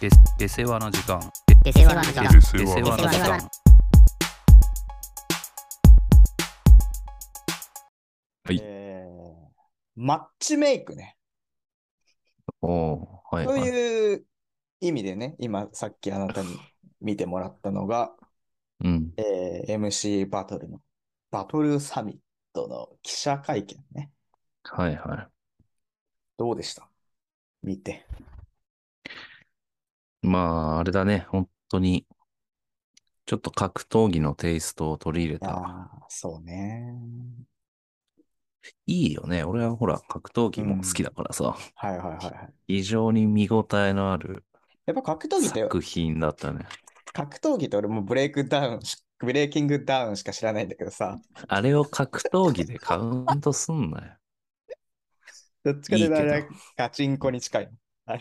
で出世話の時間出世話の時間で出世世話話の時間はいえーマッチメイクね。おーはいとはい。いう意味でね、今さっきあなたに見てもらったのが、うん。えー MC バトルのバトルサミットの記者会見ね。はいはどうでした見て。い。まあ、あれだね。本当に、ちょっと格闘技のテイストを取り入れた。ああ、そうね。いいよね。俺はほら、格闘技も好きだからさ。はいはいはいはい。非常に見応えのあるやっぱ格闘技って、作品だったね。格闘技って俺もうブレイクダウンし、ブレイキングダウンしか知らないんだけどさ、あれを格闘技でカウントすんなよ。 どっちかというとあれはいいけガチンコに近いの。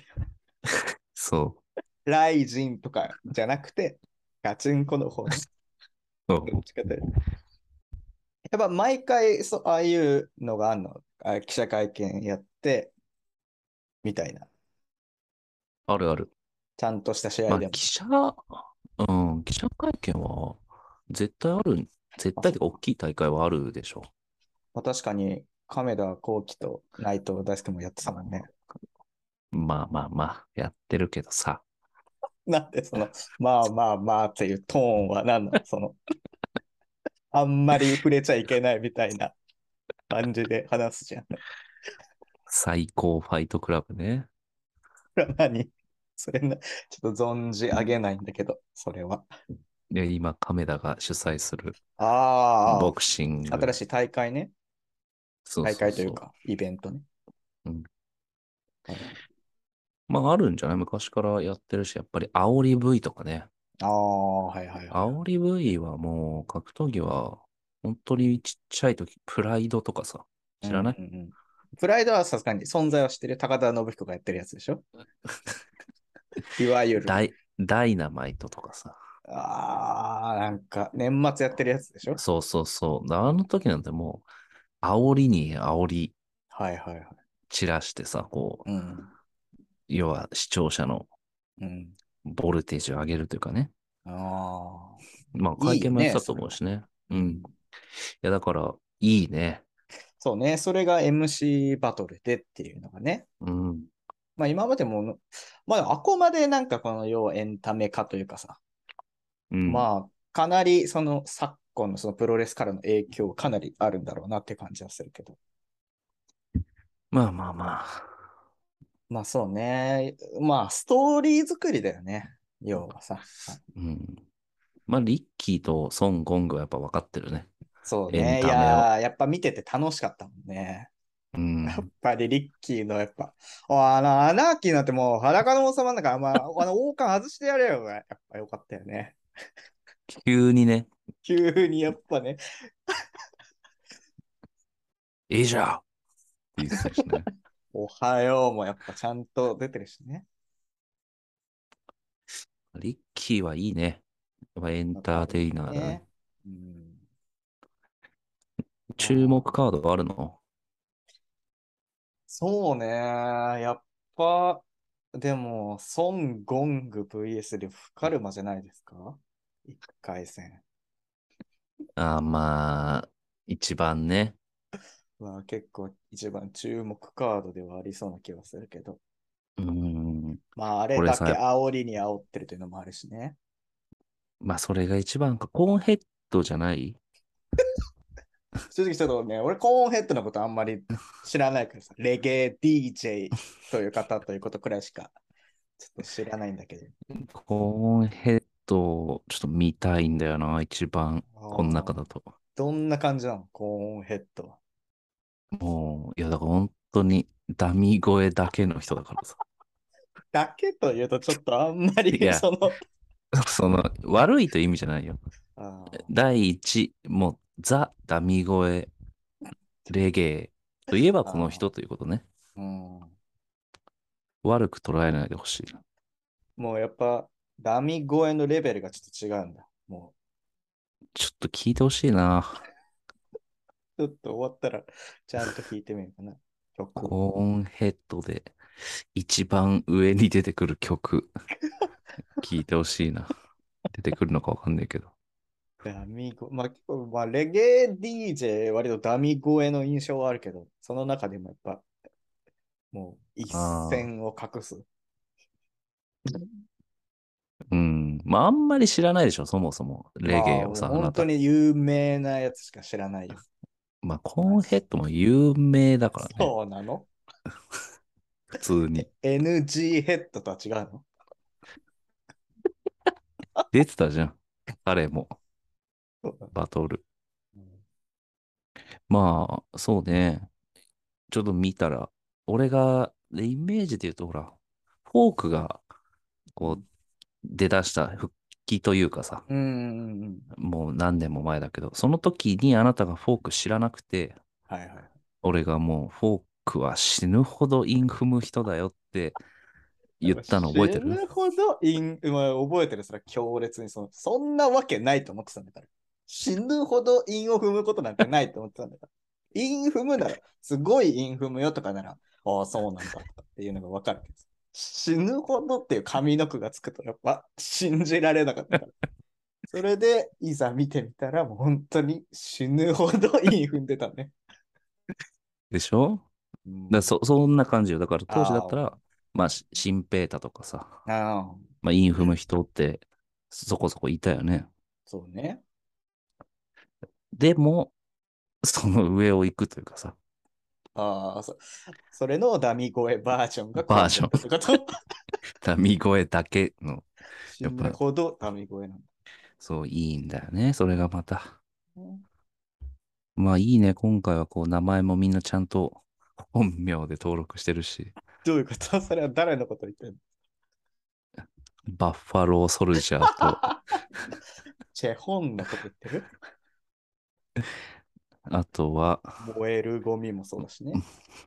そライジンとかじゃなくて、ガチンコの方。う。そうどっちかというとやっぱ毎回そう、ああいうのがあんの、あ記者会見やって、みたいな。あるある。ちゃんとした試ま合あ、でも。記者、うん、記者会見は、絶対ある、絶対で大きい大会はあるでしょ。まあ、確かに、亀田光輝と内藤大輔もやってたも んね。まあまあまあ、やってるけどさ。なんでその、まあまあまあっていうトーンは何なの その、あんまり触れちゃいけないみたいな感じで話すじゃん。 最高ファイトクラブね。何それな、ちょっと存じ上げないんだけど、それは。で、今、亀田が主催するあボクシング。あ、新しい大会ね。そうそう大そう会という。か、イベントね。うんはいまあ、あるんじゃない昔からやってるし、やっぱり煽り V とかね。ああ、はいはいはい。煽り V はもう、格闘技は、本当にちっちゃい時、プライドとかさ。知らない、うんうんうんプライドはさすがに存在は知ってる。高田信彦がやってるやつで しょいわゆる。ダイダイナマイトとかさ。ああ、なんか、年末やってるやつでしょそうそうそう。あの時なんてもう、煽りに煽りはいはいはい。散らしてさ、こう、うん。要は視聴者のうん。ボルテージを上げるというかね。あまあ、いいね会見もやってたと思うしね。あ。うん。いや、だから、いいね。そうね。それが MC バトルでっていうのがね。うん。まあ今までも、まああこまでなんかこの要はエンタメ化というかさ、うん、あ、まあかなりその昨今のそのプロレスからの影響かなりあるんだろうなって感じはするけど。まあまあまあ。まあそうね。まあストーリー作りだよね。要はさ。うん。まあ、リッキーとソン・ゴングはやっぱ分かってるね。そうエね。ンいタメをやーやっぱ見てて楽しかったもんね。うん。やっぱりリッキーのやっぱ、ああの、アナーキーなんてもう裸の王様なんか、まあ、あの王冠外してやれよ。やっぱよかったよね。 急にね、急にやっぱね、いいじゃんって言ってたしね。おはようもやっぱちゃんと出てるしね。 リッキーはいいね。やっぱエンターテイナーだね。ねうん注目カードがあるのそうね。やっぱ、でも、ソン・ゴング VS でフカルマじゃないですか ?1 回戦。あーまあ、一番ね。まあ結構一番注目カードではありそうな気はするけど。うん。まああれこれだけさ煽りに煽ってるというのもあるしね。まあ、それが一番か。コーンヘッドじゃない正直ちょっとね、俺コーンヘッドのことあんまり知らないからさ、レゲエ DJ という方ということくらいしかちょっと知らないんだけど。コーンヘッド、ちょっと見たいんだよな、一番。この中だと。どんな感じなのコーンヘッドは。もう、いや、だから本当に、ダミ声だけの人だからさ。 だけというとちょっとあんまりいやその。その、悪いという意味じゃないよ。あー第一、もう、ザ・ダミ声、レゲエといえばこの人ということね。うん、悪く捉えないでほしいな。もうやっぱダミ声のレベルがちょっと違うんだ。もちょっと聞いてほしいな。うちょっと終わったらちゃんと聞いてみようかな。曲をコーンヘッドで、一番上に出てくる曲、 聞いてほしいな。出てくるのかわかんないけど。ダミ声。まあ結構、まあ、レゲエ DJ 割とダミ声の印象はあるけど、その中でもやっぱ、もう一線を隠す。うん。まあ、あんまり知らないでしょ、そもそも。レゲエをさ、まあもうあな本た当。に有名なやつしか知らないよ。まあ、コーンヘッドも有名だからね、そうなの普通に。 ?NG ヘッドとは違うの出てたじゃん。彼も、そうなのバトル。うんまあ、そうね。ちょっと見たら、俺が、でイメージで言うと、ほら、フォークが、こう、出だした復帰というかさ、うんうんうん。もう何年も前だけど、その時にあなたがフォーク知らなくて、はいはい。俺がもうフォークは死ぬほどイン踏む人だよって言ったの覚えてなるるほど、イン、まあ、覚えてる、それは強烈にその、そんなわけないと思ってたんだから。死ぬほどインを踏むことなんてないと思ってたんだから。イン踏むなら、すごいイン踏むよとかなら、ああ、そうなんだとかっていうのがわかるけど、死ぬほどっていう上の句がつくと、やっぱ信じられなかったから。それで、いざ見てみたら、もう本当に死ぬほどイン踏んでたね。でしょうんだからそそんな感じよ。だから当時だったら、まあ、しシンペータとかさ、ああ、まあ、インフム人ってそこそこいたよね。そうね。でも、その上を行くというかさ、ああ、そ、それのダミ声バージョンがバージョン今度って こと見声だけの、死ぬほどダミ声なんだそう、いいんだよね。それがまた。ね。まあいいね。今回はこう、名前もみんなちゃんと本名で登録してるし、どういうことそれは誰のこと言ってんのバッファローソルジャーと、チェホンのこと言って るあとは、燃えるゴミもそうだしね。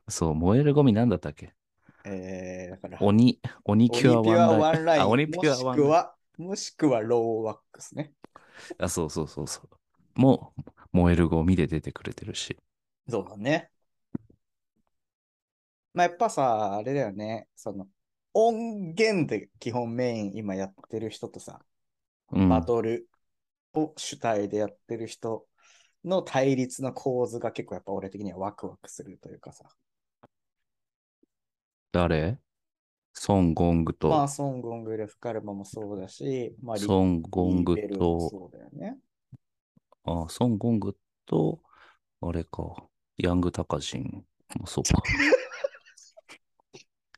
そう、燃えるゴミなんだったっけえー、だから、鬼、鬼キュアオニピュアワンワラインライン。あオニピュアワンラインもしくは、もしくはローワックスね。あ、そうそうそうそう。もう、燃えるゴミで出てくれてるし。そうだね。まあ、やっぱさ、あれだよね。その、音源で基本メイン今やってる人とさ、うん。バトルを主体でやってる人の対立の構図が結構やっぱ俺的にはワクワクするというかさ。誰ソン・ゴングと、まあ、ソン・ゴング・レフ・カルマもそうだし、まあ、リソン・ゴングリベルもと、そうだよね。あ、ソン・ゴングと、あれか、ヤング・タカジンもそう か。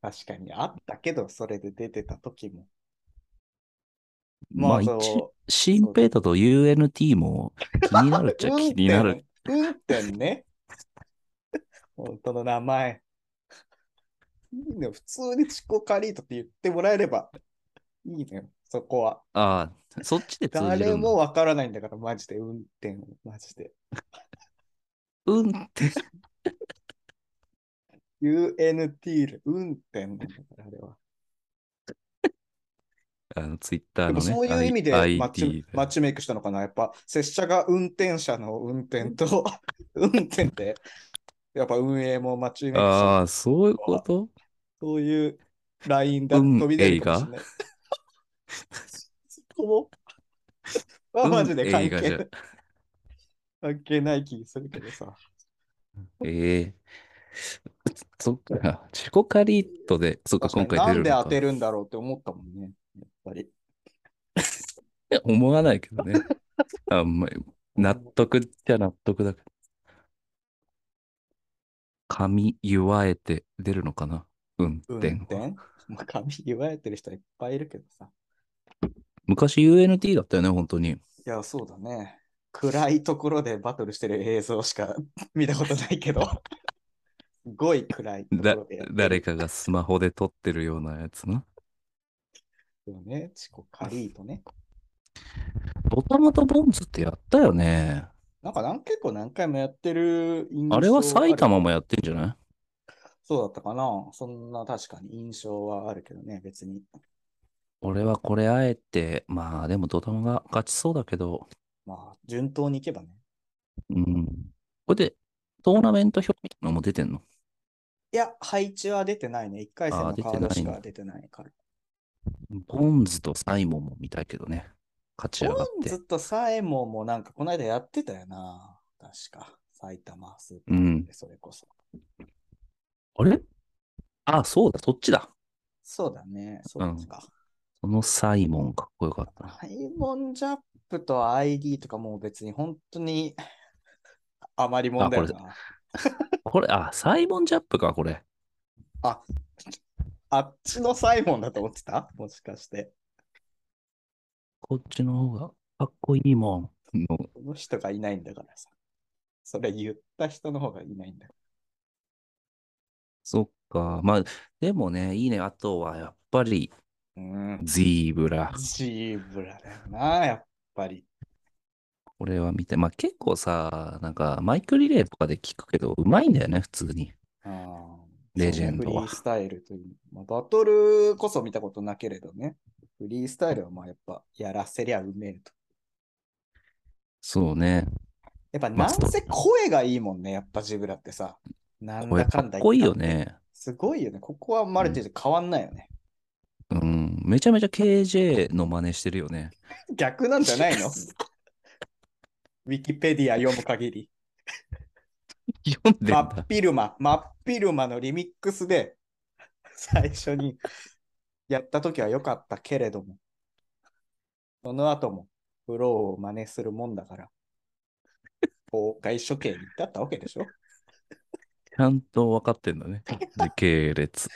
確かにあったけど、それで出てた時も。まあ、一、そシンペータと UNT も気になるっちゃ気になる。。運転運転ね。 本当の名前。いいのよ普通にチコカリートって言ってもらえればいいのよ、そこは。ああ、そっちで通じ誰るんだも。わからないんだから、マジで運転、マジで。うんって、 UNT で運転なんだから、あれは。あの、ツイッターでのもね、そういう意味で I- マッチ ID マッチメイクしたのかな。やっぱ、拙者が運転者の運転 と、運転で、やっぱ運営もマッチメイクした。ああ、そういうことそういうラインだと飛び出るかもしれない。そ こも、まあ、マジで関うん映画係じなゃい。関係ない気するけどさ。ええそっか、チコカリートで、そっか、今確か回出になるんでの当かてるんだろうって思ったもんね。やっぱり。思わないけどね。 あんまり、納得っちゃ納得だけど。髪祝えて出るのかな運運転は。転 まあ、髪言われてる人はいっぱいいるけどさ。昔 UNT だったよね、本当に。いや、そうだね。暗いところでバトルしてる映像しか 見たことない けど。すごい暗いとこだろでやってる。誰かがスマホで撮ってるようなやつな。よね。チコカリーとね。ボタマタボンズってやったよね。なんか何結構何回もやってる印象あれは埼玉も。もやってんじゃないそうだったかな。そんな確かに印象はあるけどね、別に。俺はこれあえて、まあでもドタマが勝ちそうだけど、まあ、順当にいけばね。うん。これで、トーナメント表みたいなのも出てんのいや、配置は出てないね。1回戦あのーカ出ードてないしんだか出てないから。ボンズとサイモンも見たいけどね。勝ち上がっずてっ。とサエモンもなんかこの間やってたよな。確か。埼玉スーパうーん。でそれこそ。あれあ、そうだ、そっちだ。そうだね。そうですか。そのサイモンかっこよかった な。サイモンジャップと ID とかもう別に本当に 余りもんだよな。これ、あ、サイモンジャップか、これ。あっちのサイモンだと思ってたもしかして。こっちの方がかっこいいもん。のこの人がいないんだからさ。それ言った人の方がいないんだかそっか。まあ、でもね、いいね。あとは、やっぱり、ら。うん。ジーブラ。ジーブラだよな、やっぱり。これは見て、まあ結構さ、なんか、マイクリレーとかで聞くけど、うまいんだよね、普通に。あーレジェンドはそうねフリースタイルという。まあ、バトルこそ見たことなけれどね。フリースタイルはまあやっぱやらせりゃうめえと。そうね。やっぱまなあんせ声がいいもんね、やっぱジブラってさ。なんこれだかかっんだ言たってこいいよ。ね。すごいよね。ここはマルチで変わんないよね。うん。めちゃめちゃ KJ の真似してるよね。逆なんじ ゃないのウィキペディア読む限り。読んでん真っだ。昼間、真っ昼間のリミックスで最初にやった時は良かったけれども、その後もフローを真似するもんだから、こう外処刑に至ったわけでしょちゃんと分かってんだ ね。で、系列。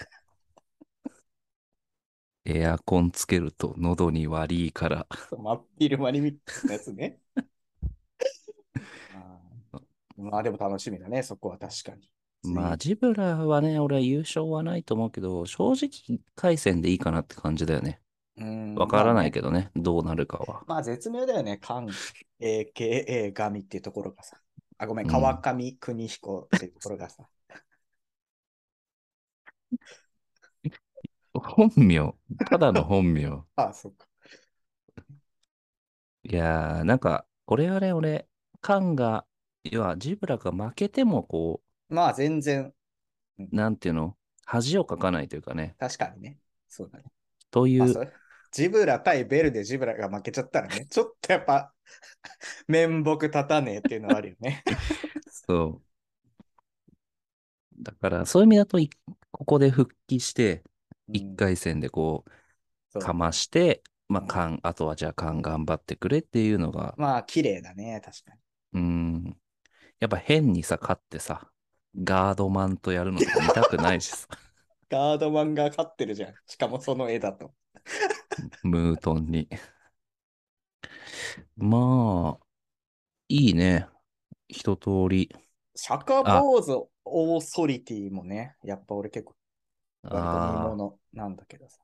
エアコンつけると喉に悪いから。真っ昼間リミックスのやつね。 あーまあでも楽しみだね、そこは確かに。まあ、ジブラはね、俺は優勝はないと思うけど、正直、1回戦でいいかなって感じだよね。うんわからないど。けどね、どうなるかは。まあ絶妙だよね、関 AKA 神っていうところがさ。あ、ごめん、うん川上邦彦っていうところがさ。本名、ただの本名。ああ、そっか。いやー、なんか、これはね、俺、カンが、要は、ジブラが負けても、こまあ全然、う、なんていうの、恥をかかないというかね、確かにね。そうだね。といまあう、それジブラ対ベルでジブラが負けちゃった らね、ちょっとやっぱ、面目立たねえっていうのはあるよ ね。そう。だから、そういう意味だと、いここで復帰して、う1ん回戦でこう、そうかまして、まあ、カン、あとはじゃあカン頑張ってくれっていうのが、まあ綺麗だね、確かに。うん、やっぱ変にさ、勝ってさ、ガードマンとやるのとか見たくないし さ、ガードマンが勝ってるじゃん。しかもその絵だと。ムートンに。まあ、いいね。一通り。釈迦坊主オーソリティもね、やっぱ俺結構割と見あ物なんだけどさ。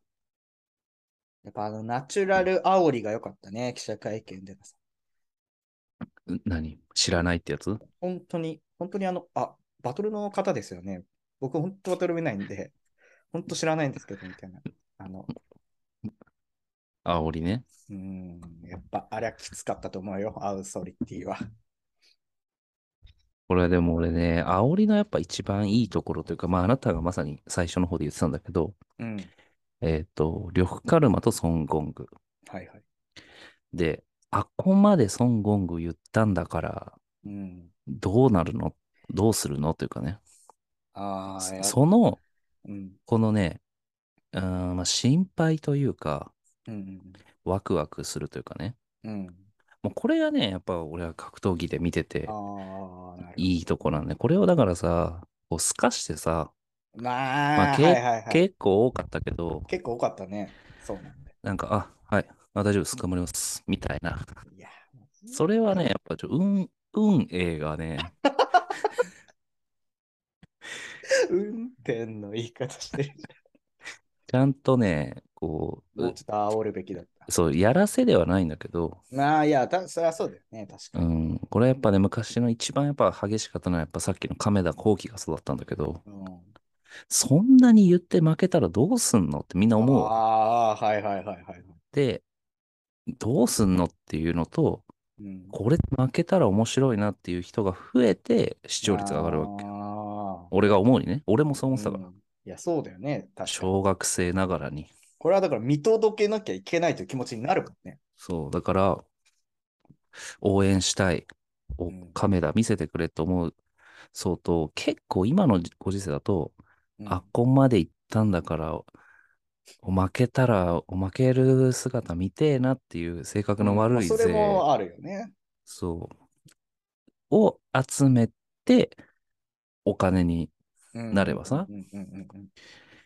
やっぱあのナチュラル煽りが良かったね、記者会見でのさ。あ、ん何知らないってやつ本当に、本当にあの、あ、バトルの方ですよね。僕、本当バトル見ないんで、本当知らないんですけど、みたいな。あの、煽りね。うーん、やっぱ、あれはきつかったと思うよ、アウソリティは。これはでも俺ね、煽りのやっぱ一番いいところというか、まああなたがまさに最初の方で言ってたんだけど、うん、えっ、と、呂布カルマとソン・ゴング。はいはい。で、あっこまでソン・ゴング言ったんだから、うん。どうなるのどうするのというかね。ああ、やその、うん、このね、うーん、まあ、心配というか、うん、ワクワクするというかね。うん。うん、もうこれがね、やっぱ俺は格闘技で見ててああ、なるほど。いいとこなんで、これをだからさ、こう透かしてさ、ままああ、けはいはいはい。結構多かったけど、結構多かったね。そうなんだよ。なんか、あ、はい、あ大丈夫です、頑張ります、みたいな。いや、それはね、やっぱちょ、運、運営がね、運転の言い方してる。ちゃんとね、こもうう、ちょっと煽るべきだった。そう、やらせではないんだけど、まあ、いや、たそれはそうだよね、確かうに。ん、これやっぱね、昔の一番やっぱ激しかったのは、やっぱさっきの亀田光輝がそうだったんだけど、うんそんなに言って負けたらどうすんのってみんな思うわけ。ああ、はいはいはいはいはい。で、どうすんのっていうのと、うん、これ負けたら面白いなっていう人が増えて視聴率が上がるわけ。ああ、俺が思うにね。俺もそう思ってたから。うんいや、そうだよね。確かに。小学生ながらに。これはだから見届けなきゃいけないという気持ちになるからね。そう、だから、応援したい。おうんカメラ見せてくれと思う相当、結構今のご時世だと、うんあっこまで行ったんだから、お負けたら、お負ける姿見てえなっていう性格の悪いそ勢、れもあるよね。そう、を集めて、お金にうんなればさうんうんうんうん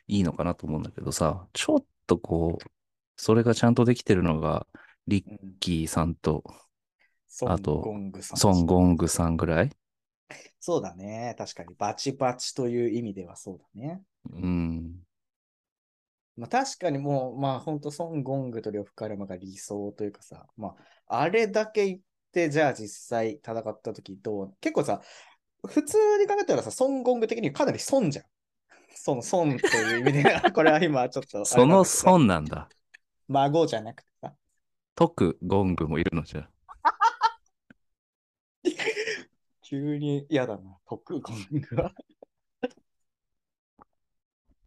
いいのかなと思うんだけどさ、ちょっとこう、それがちゃんとできてるのが、リッうんキーさんとソンあとゴングさんソン・ゴングさんぐらいそうだね。確かに。バチバチという意味ではそうだね。うん。まあ、確かにもう、まあ本当ソン・ゴングと呂布カルマが理想というかさ、まあ、あれだけ言って、じゃあ実際戦った時どう結構さ、普通に考えたらさ、ソン・ゴング的にかなり損じゃん。 その損という意味 で、これは今ちょっとあれなんだけどさ。その孫なんだ。孫じゃなくてさ。徳ゴングもいるのじゃ。急に嫌だな、徳ゴングは。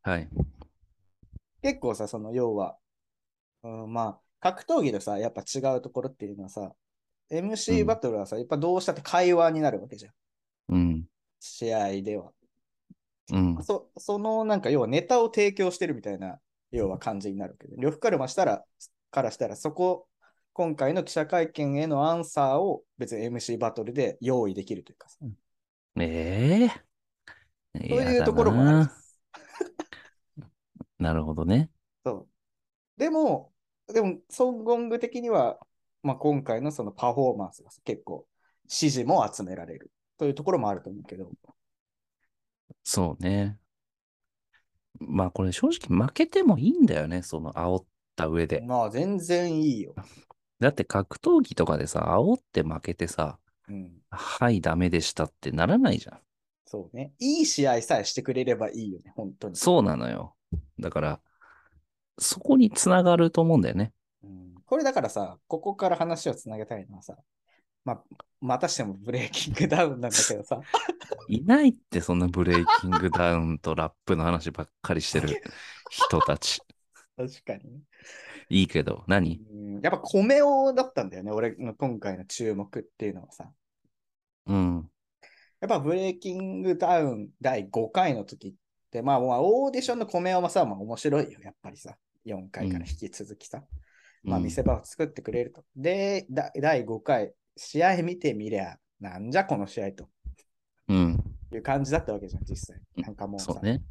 はい。結構さ、その要は、うん、まあ、格闘技とさ、やっぱ違うところっていうのはさ、う MC んバトルはさ、やっぱどうしたって会話になるわけじゃん。うん。試合では。うん。そそのなんか要はネタを提供してるみたいな要は感じになるけど、呂布カルマしたらからしたらそこ、今回の記者会見へのアンサーを別に MC バトルで用意できるというかさ、ええそういうところもある。なるほどね。そう。でも、でも、ソンゴング的には、まあ、今回のそのパフォーマンスが結構支持も集められるというところもあると思うけど、そうね。まあこれ正直負けてもいいんだよね。その煽った上で。まあ全然いいよ。だって格闘技とかでさ、煽って負けてさ、うん。はいダメでしたってならないじゃん。そうね。いい試合さえしてくれればいいよね、本当に。そうなのよ。だから、そこにつながると思うんだよね。うんこれだからさ、ここから話をつなげたいのはさ、まあ、またしてもブレーキングダウンなんだ けどさ、いないって、そんなブレイキングダウンとラップの話ばっかりしてる人たち。 確かに、いいけど、何うんやっぱ米をだったんだよね、俺の今回の注目っていうのはさ。うん。やっぱブレイキングダウン第5回の時って、まあ、まあオーディションのコメはさ、まあ面白いよ、やっぱりさ。4回から引き続きさ。まあ見せ場を作ってくれると。で、だ第5回、試合見てみりゃ、なんじゃこの試合とうん。いう感じだったわけじゃん、実際。うんなんかもうさ、そうね。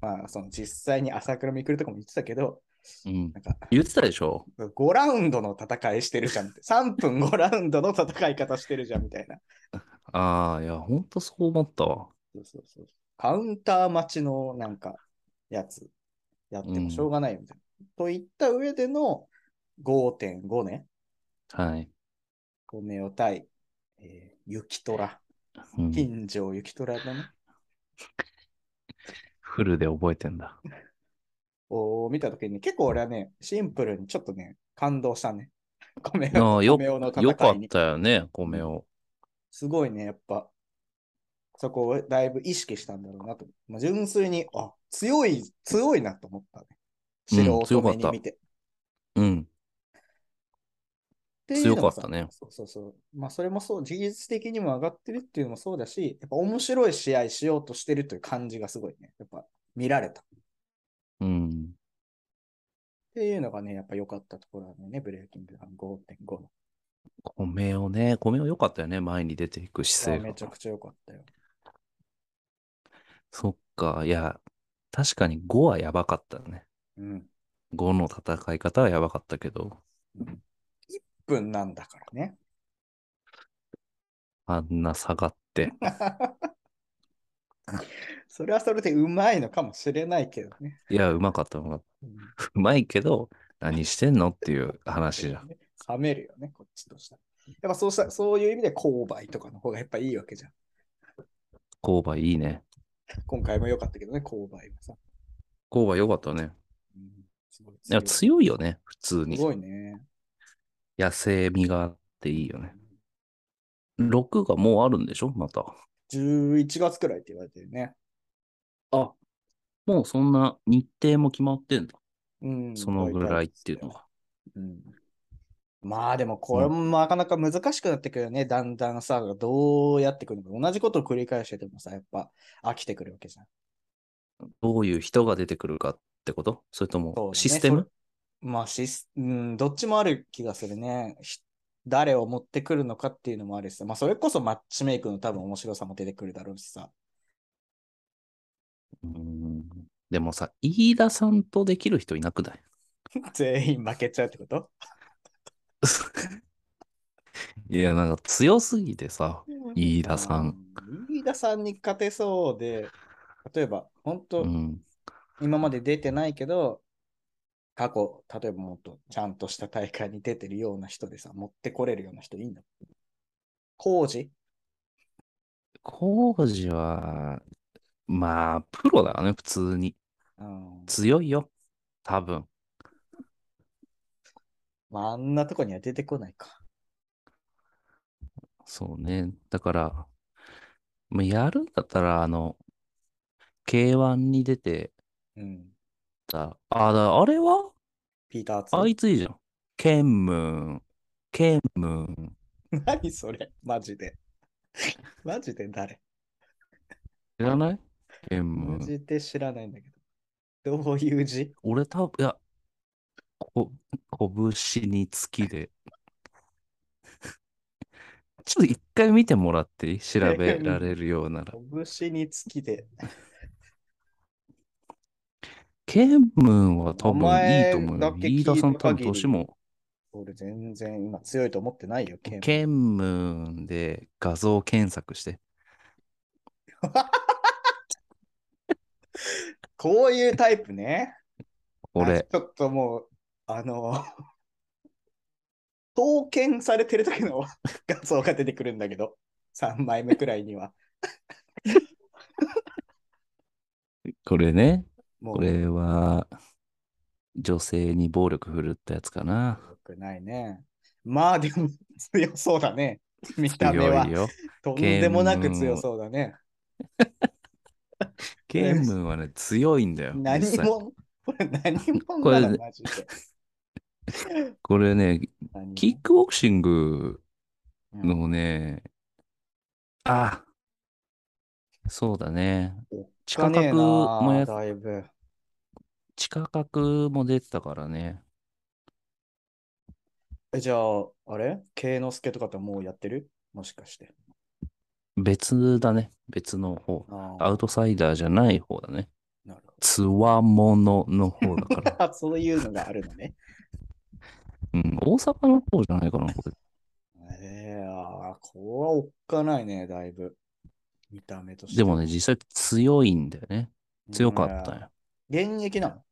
まあその実際に朝倉未来とかも言ってたけど、うん。なんか言ってたでしょ5ラウンドの戦いしてるじゃんって。3分5ラウンドの戦い方してるじゃんみたいな。ああ、いや、ほんとそう思ったわ。そうそうそう。カウンター待ちのなんかやつやってもしょうがないよみたいな。といった上での5.5ね。はい。コメオ対、えー、ユキトラ。うん金城ユキトラだね。フルで覚えてんだ。を見たときに結構俺はね、シンプルにちょっとね、感動したね。コメああオよコメオのよ戦かいっに。たよね、米を。すごいね、やっぱ。そこをだいぶ意識したんだろうなと。まあ、純粋に、あ、強い、強いなと思ったね。うん白を強か目ったに見て。うん。ていうのも強さかったねそうそうそう。まあ、それもそう、技術的にも上がってるっていうのもそうだし、やっぱ面白い試合しようとしてるという感じがすごいね。やっぱ見られた。っうん。ていうのがね、やっぱ良かったところだね、ブレイキングダウン5.5の。米をね、米をよかったよね、前に出ていく姿いやめち勢ゃがく。ちゃ良かったよ。そっか、いや、確かに5はやばかったね。うん。 5の戦い方はやばかったけど。 1分なんだからね。あんな下がって。それはそれでうまいのかもしれないけどね。いや、うまかった、うまかっうんた。 うまいけど、何してんのっていう話 じゃん。冷めるよね、こっちとしたら。やっぱそうした、そういう意味で購買とかの方がやっぱいいわけじゃん。勾配いいね。今回も良かったけどね、購買もさ。勾配よかったね。うんすごいいや、強強いいよね、普通すに。ごいね。野生味があっていいよね。6がもうあるんでしょまた。 11月くらいって言われてるね。あ、もうそんな日程も決まってんだ。うん、そのぐらいっていうのは。は。うんまあでもこれもなかなか難しくなってくるよね。だんだんさ、どうやってくるのか。同じことを繰り返しててもさ、やっぱ飽きてくるわけじゃん。どういう人が出てくるかってことそれとそうだねもシステムまあシス、うん、どっちもある気がするね。ひ誰を持ってくるのかっていうのもあるしさ、まあそれこそマッチメイクの多分面白さも出てくるだろうしさ。 うんでもさ、飯田さんとできる人いなくない 全員負けちゃうってこといや、なんか強すぎてさ、飯田さん。うん。飯田さんに勝てそうで、例えば、本当、うん。今まで出てないけど、過去、例えばもっとちゃんとした大会に出てるような人でさ、持ってこれるような人いいんだ。工事浩二は、まあ、プロだよね、普通に。うん。強いよ、多分。まあ、あんなとこには出てこないか。そうね。だから、まあ、やるんだったら、あの、K1 に出てうん。た、あ、だあれはピーター・ツあいついいじゃん。ケンムーン。ケンムーン。 何それマジで。マジで誰知らないケンムマーン。ジで知らないんだけど。どういう字俺多分、いや、こ、拳につきで。 ちょっと一回見てもらっていい調べられるようなら。拳につきで。ケンムーンは多分お前いいと思うだよ。け聞い飯た田さん多限分り年も。俺全然今強いと思ってないよ、ケン。ケンムーンで画像検索して。こういうタイプね。俺、あちょっともう、あの、 刀剣されてる時の 画像が出てくるんだけど、3枚目くらいには。これね。もこう、れは、女性に暴力振るったやつかな。よくないね。まあでも、強そうだね。見た目強。はい よ。とんでもなく強そうだね。ケンムーンはね、強いんだよ。何実際も、これ何もなこのれマジで。これね、何キックボクシングうんのね、あ、そうだね。地下ねえ格もなやあ、だいぶ。地下格も出てたからね。え、じゃあ、あれ慶之助とかってもうやってるもしかして。別だね。別の方。あアウトサイダーじゃない方だね。あ、なるほつわものの方だから。 ど。そういうのがあるのね。うん、大阪の方じゃないかな、これ。ええああ、これはおっかないね、だいぶ。見た目として。でもね、実際強いんだよね。強かったよ。うん。現役なの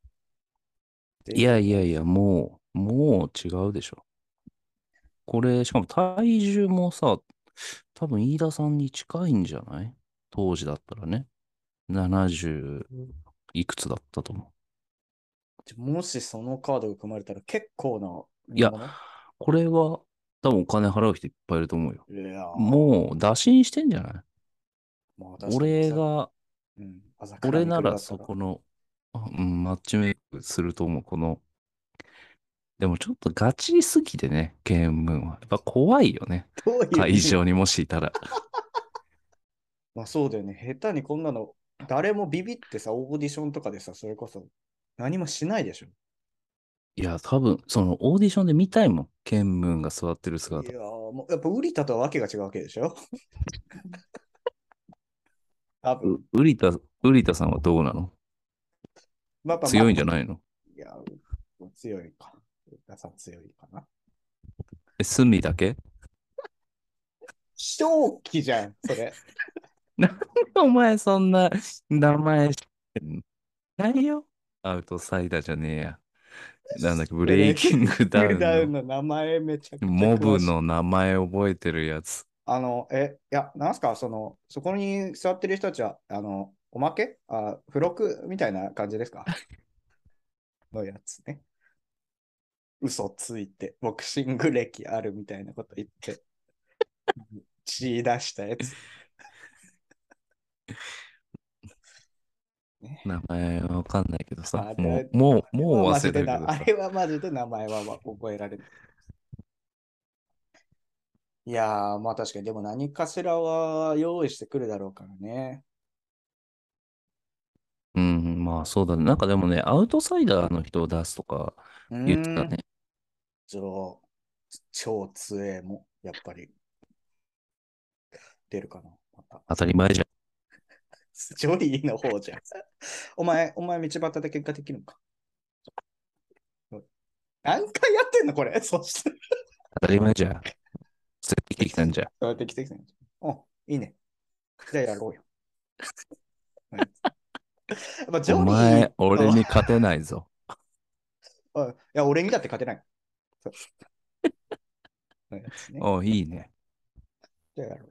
いやいやいや、もう、もう違うでしょ。これ、しかも体重もさ、多分飯田さんに近いんじゃない当時だったらね。70いくつだったと思もしそのカードが組まれたら結構な。う。いや見物、これは多分お金払う人いっぱいいると思うよ。いやもう打診してんじゃないも俺、が、うん、朝から俺な見らてくそれたこの、あうん、マッチメイクすると思う、この。でもちょっとガチすぎてね、ケンムーンは。やっぱ怖いよね。どういう会場にもしいたら。まあそうだよね。下手にこんなの、誰もビビってさ、オーディションとかでさ、それこそ何もしないでしょ。いや、多分、そのオーディションで見たいもん。ケンムーンが座ってるい姿。やーもうやっぱウリタとはわけが違うわけでしょ。 多分う、ウリタ、ウリタさんはどうなのまあやっぱ強いんじゃいないのいや、う強いか。皆さん強いかな。え、隅だけ 正気じゃん、それ。お前そんな名前知ってんのないよ。アウトサイダーじゃねえや。なん だっけ、ブレイキングダウンダウンのの名前めちゃくちゃモブ詳しい。の名前覚えてるやつ。あの、え、いや、なんすか、その、そこに座ってる人たちは、あの、おまけあ、付録みたいな感 じですかのやつね。嘘ついて、ボクシング歴あるみたいなこと 言って、血出したやつ。ね名前わかんないけどさあ、れもう、もう、もう忘れてるけどあさ。れはマジでなあれはマジで名前はま覚えられない。いやー、まあ確かに、でも何かしらは用意してくるだろうからね。うん、まあそうだね。なんかでもね、アウトサイダーの人を出すとかう言ってたーん、ね。超、超強えも、やっぱり出るかな、また。当たり前じゃん。ジョリーの方じゃん。お前、お前道端で喧嘩できるのか。何回やってんのこれ。そして。当たり前じゃん。連れてきてきたんじゃん。そうやって来てきてんじゃん。おいいね。じゃあやろうよ。うんまあ、ジョおリー前、俺に勝てないぞ。うんいや、俺にだって勝てない。 そうそういうやつねおいいね。じゃあやろうよ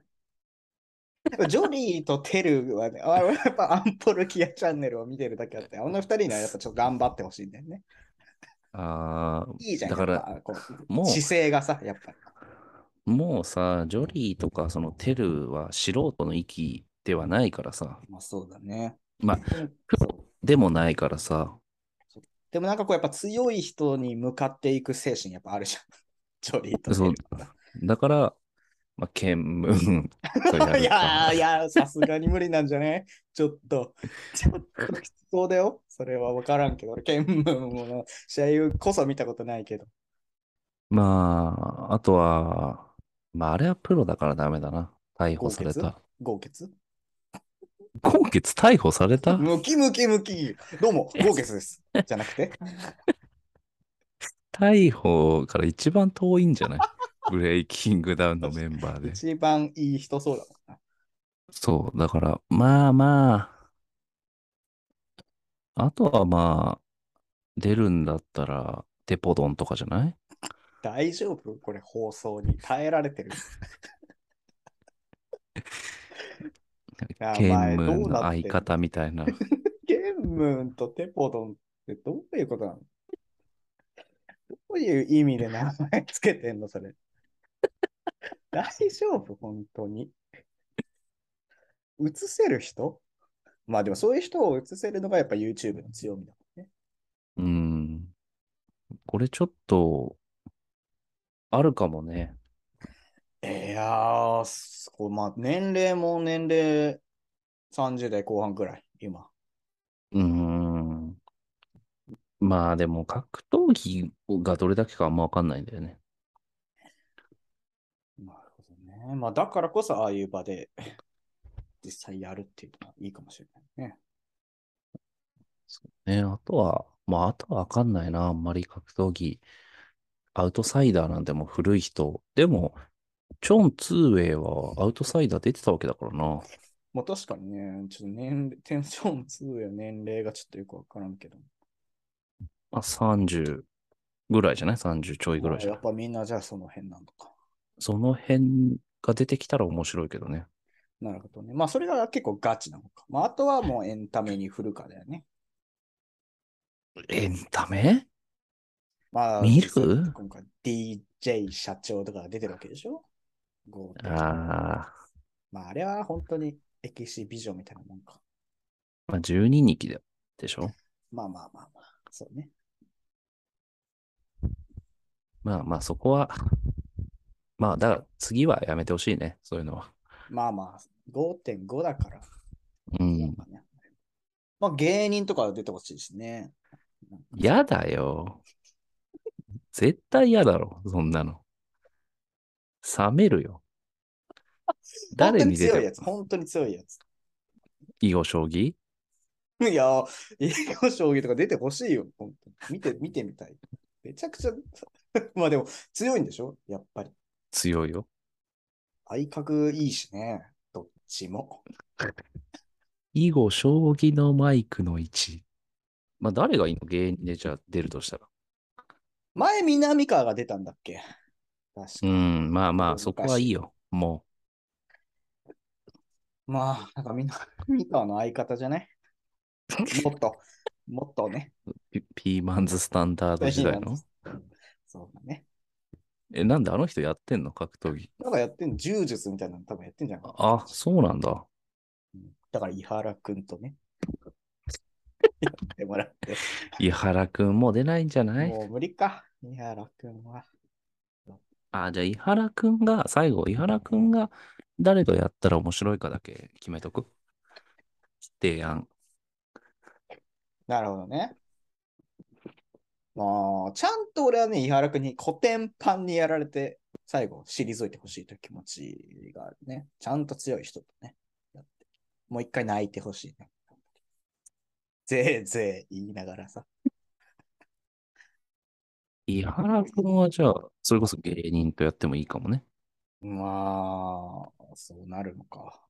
ジョリーとテルはね、あやっぱアンポルキアチャンネルを見てるだけあって、あの二人にはやっぱちょっと頑張ってほしいんだよね。ああ、いいじゃん。だからやっぱこうもう、姿勢がさ、やっぱ。もうさ、ジョリーとかそのテルは素人の域ではないからさ、まあそうだね。まあうんプロでもないからさ、でもなんかこうやっぱ強い人に向かっていく精神やっぱあるじゃん。 ジョリーとテそうルだから、まあ、兼務とや いるやかーいやー、さすがに無理なんじゃねちょっと、ちょっときつそうだよ。それは分からんけど、俺、ケンブンの試合こそ見たことないけど。まあ、あとは、まあ、あれはプロだからダメだな。逮捕された。豪傑今月逮捕されたムキムキムキ。どうも、豪傑 です。じゃなく て、逮捕から一番遠いんじゃないブレイキングダウンのメンバーで。一番いい人そうだもんな。そう、だから、まあまあ、あとはまあ、出るんだったら、デポドンとかじゃない大丈夫これ放送に耐えられてる。やケン前ムーどうンのなってんの相方みたい な。ケンムンとテポドンってどういうことなのどういう意味で名前つけてんのそ れ。大丈夫本当に。映せる人まあでもそういう人を映せるのがやっぱ YouTube の強みだもんね。うん。これちょっと、あるかもね。いやー、そうまあ年齢も年齢30代後半くらい、今。うん。まあでも、格闘技がどれだけかあんまわかんないんだよね。なるほどね。まあだからこそああいう場で 実際やるっていうのはいいかもしれないね。ね、あとは、まあ、あとはわかんないな、あんまり格闘技。アウトサイダーなんてもう古い人。でも、チョン・ツーウェイはアウトサイダー出てたわけだからな。まあ確かにね、ちょっと年齢、テンション2や年齢がちょっとよくわからんけど。まあ、30ぐらいじゃない ?30 ちょいぐらいじゃやなっいぱみんなじゃあその辺なのか。その辺が出てきたら面白いけどね。なるほどね。まあそれが結構ガチなのか。まああとはもうエンタメに振るかだよね。エンタメまあ、見るそういう今回 DJ 社長とかが出てるわけでしょ ?GO ああ、まああれは本当にエキシビジョンみたいなもんか。まあ、12人気ででしょまあまあまあまあ。そうね。まあまあ、そこは、まあ、だから次はやめてほしいね、そういうのは。まあまあ、5.5だから。うん。まあ芸人とか出てほしいしね。やだよ。絶対嫌だろ、そんなの。冷めるよ。誰に出本当に強いてやつ、本当に強いやつ。囲碁将棋いやー、栄養将棋とか出てほしいよ。本当に見て、見てみたい。めちゃくちゃ、 まあでも強いんでしょやっぱり。強いよ。体格いいしね。どっちも。囲碁将棋のマイクの位置。まあ、誰がいいの芸人でじゃあ出るとしたら。前、南川が出たんだっけ確かう。ん、まあまあ、そこはいいよ。よ。もまあ、なんかみんな、南川の相方じ ゃないもっと、もっとね。う、ピピーマンズスタンダード時代の。そうだね。え、なんであの人やってんの格闘技。なんかやってん、柔術みたいなの多分やってんじゃん。あ、そうなんだ。 うんだから、伊原くんとね。やってもらって。伊原くんも出ないんじゃないもう無理か。いや、楽は。あ、じゃあ伊原くんが、最後、伊原くんが誰とやったら面白いかだけ決めとく。提案。なるほどね。まあ、ちゃんと俺はね、伊原くんに古典パンにやられて、最後、退いてほしいという気持ちがあるね。ちゃんと強い人とね、やってもう一回泣いてほしいね。ぜーぜー言いながらさ。伊原くんはじゃあ、それこそ芸人とやってもいいかもね。まあ、そうなるのか。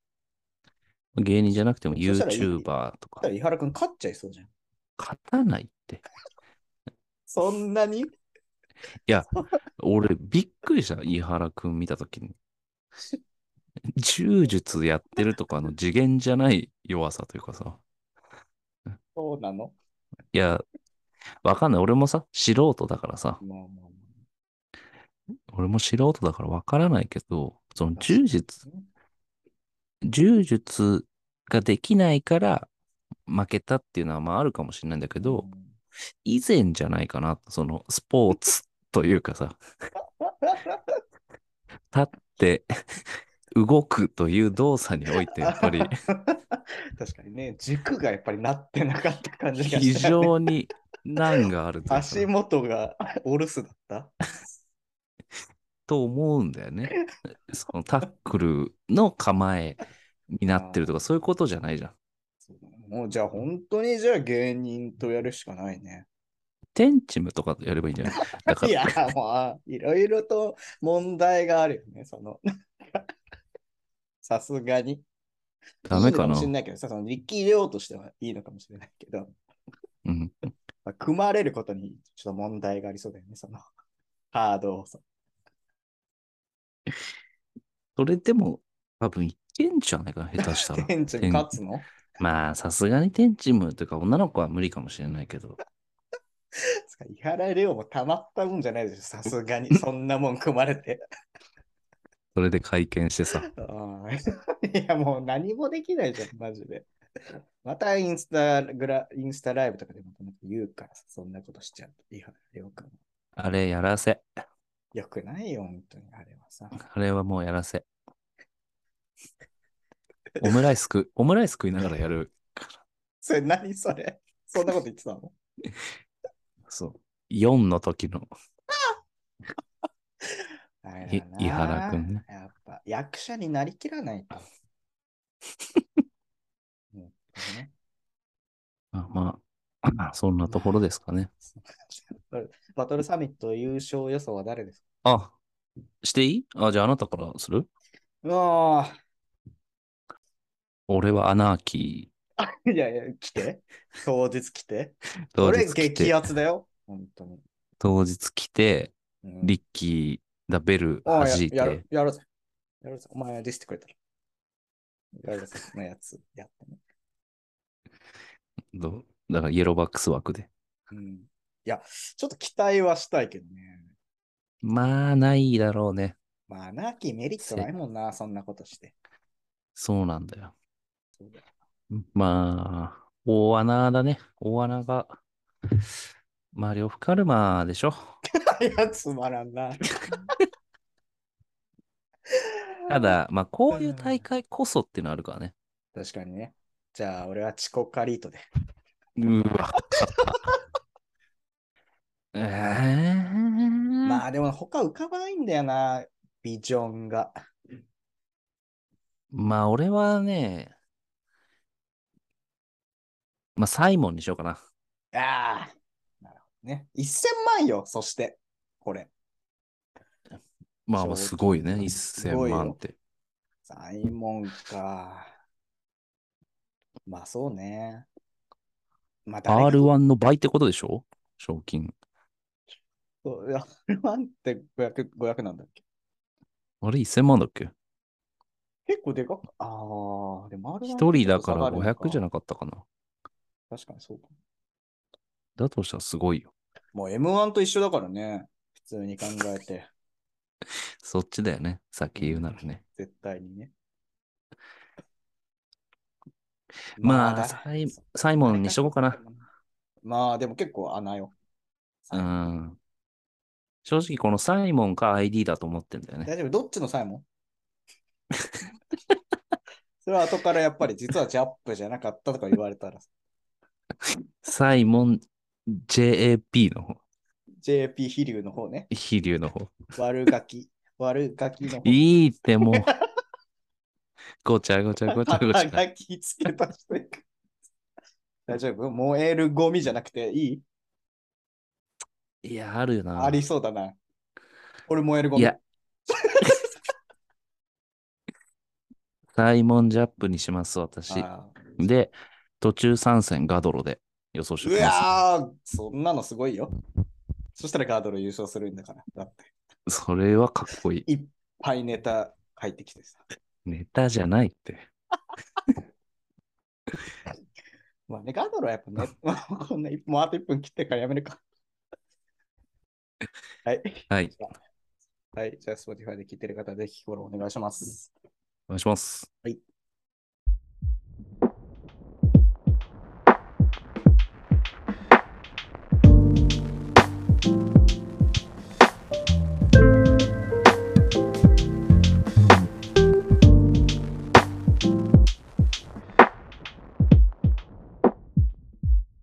芸人じゃなくてもそしたらいい YouTuber とだかから。伊原くん勝っちゃいそうじゃん。勝たないって。そんなに俺、びっくりした。伊原くん見たときに。柔術やってるとかの次元じゃない弱さというかさ。そうなのいや、わかんない。俺もさ、素人だからさ。まあまあまあ俺も素人だからわからないけど、その柔術、ね柔術ができないから負けたっていうのはまああるかもしれないんだけど、以前じゃないかな。そのスポーツというか さ、立って動くという動作においてやっぱり確かにね、軸がやっぱりなってなかった感じが非したよね、常に難があるというか足元がお留守だっと思うんだよね。そのタックルの構えになってるとかそういうことじゃないじゃん。たもうじゃあ本当にじゃあ芸人とやるしかないね。テンチムとかやればいいんじゃ ないだかいやら、、まあ、いろいろと問題があるよね、その。さすがに。ダメかいないのもしれないけどさ、その力量としてはいいのかもしれないけど、うん。まあ、組まれることにちょっと問題がありそうだよね、その。ハードをさ。それでも多分いけんじゃないかな、下手 したら。天地に勝つのまあ、さすがにテンチムというか女の子は無理かもしれないけど。つか伊原亮もたまったもんじゃないでしょ、さすがに。 そんなもん組まれて。それで会見してさ、あー いや、もう何もできないじゃん、マジで。またインスタグラ、インスタライブとかでもなんか言うからさ、そんなことしちゃうと。伊原亮君。あれやらせ。よくないよ、本当に、あれはさ。 あれはもうやらせ。オムライス食う、オムライス食いながらやる。それ何それそんなこと言ってたのそう。4の時の。あれだない伊原君ね。やっぱ役者になりきら ないと。もうね あまあ、まあ そんなところですかね。バトルサミット優勝予想は誰ですかあ、していいあ、じゃああなたからするうわ俺はアナーキ ーいやいや、来て。当日来て。ー。当これ日来激て、アツだよ。本当に。当日来て、うんリッキー、ダベルお弾いやいやるて、やるぜ。やるぜ。お前はディスってくれたら。やるぜ。そのやつ。やってね。どうだからイエローバックス枠で。うん。いや、ちょっと期待はしたいけどね。まあ、ないだろうね。まあ、アナーキーメリットないもんな、そんなことして。そうなんだよそうだ。まあ、大穴だね。大穴が。まあ、呂布カルマでしょ。いや、つまらんな。た、だ、まあ、こういう大会こそっていうのあるからね。確かにね。じゃあ、俺はチコカリートで。うわ。えー、まあ、でも他浮かばないんだよな、ビジョンが。まあ、俺はね、まあ、サイモンにしようかな。ああ。なるほどね。1000万よ、そして。これ。まあ、まあすごいね。すご1000いよ万って。サイモンか。まあそうね。まあ誰が R1 の倍ってことでしょ賞金。そういや R1 って500、500なんだっけあれ、1000万だっけ結構でかく。ああ、でも R1 一人だから500じゃななかったかな。確かにそうか。だとしたらすごいよ。もう M1 と一緒だからね。普通に考え て。そっちだよね。さっき言うならね。絶対にね。まあだサイサイモンにしとこうかな。まあでも結構穴よ。うん。正直このサイモンか ID だと思ってんだよね。大丈夫どっちのサイモン それは後からやっぱり実はジャップじゃなかったとか言われたらサイモン JAP の方。 JP 飛龍の方ね。飛龍の方。悪ガキ。悪ガキの方。いいって もう。ごちゃごちゃごちゃごち肩ゃ。書きつけた人いる大丈夫燃えるゴミじゃなくていいいや、あるよな。ありそうだな。俺燃えるゴミ。いやサイモンジャップにします、私。あで、途中参戦ガドロで予想しーてうきまわーそんなのすごいよ。そしたらガードル優勝するんだから。だって、す。それはかっこいい。いっぱいネタ入ってきてさ。ネタじゃないって。まあね、ガードルはやっぱね、まあ こんな一もうあと1分切ってからやめるか。はい。はい。はい。じゃあ、Spotify で聞いてる方、ぜひフォローお願いします。お願いします。はい。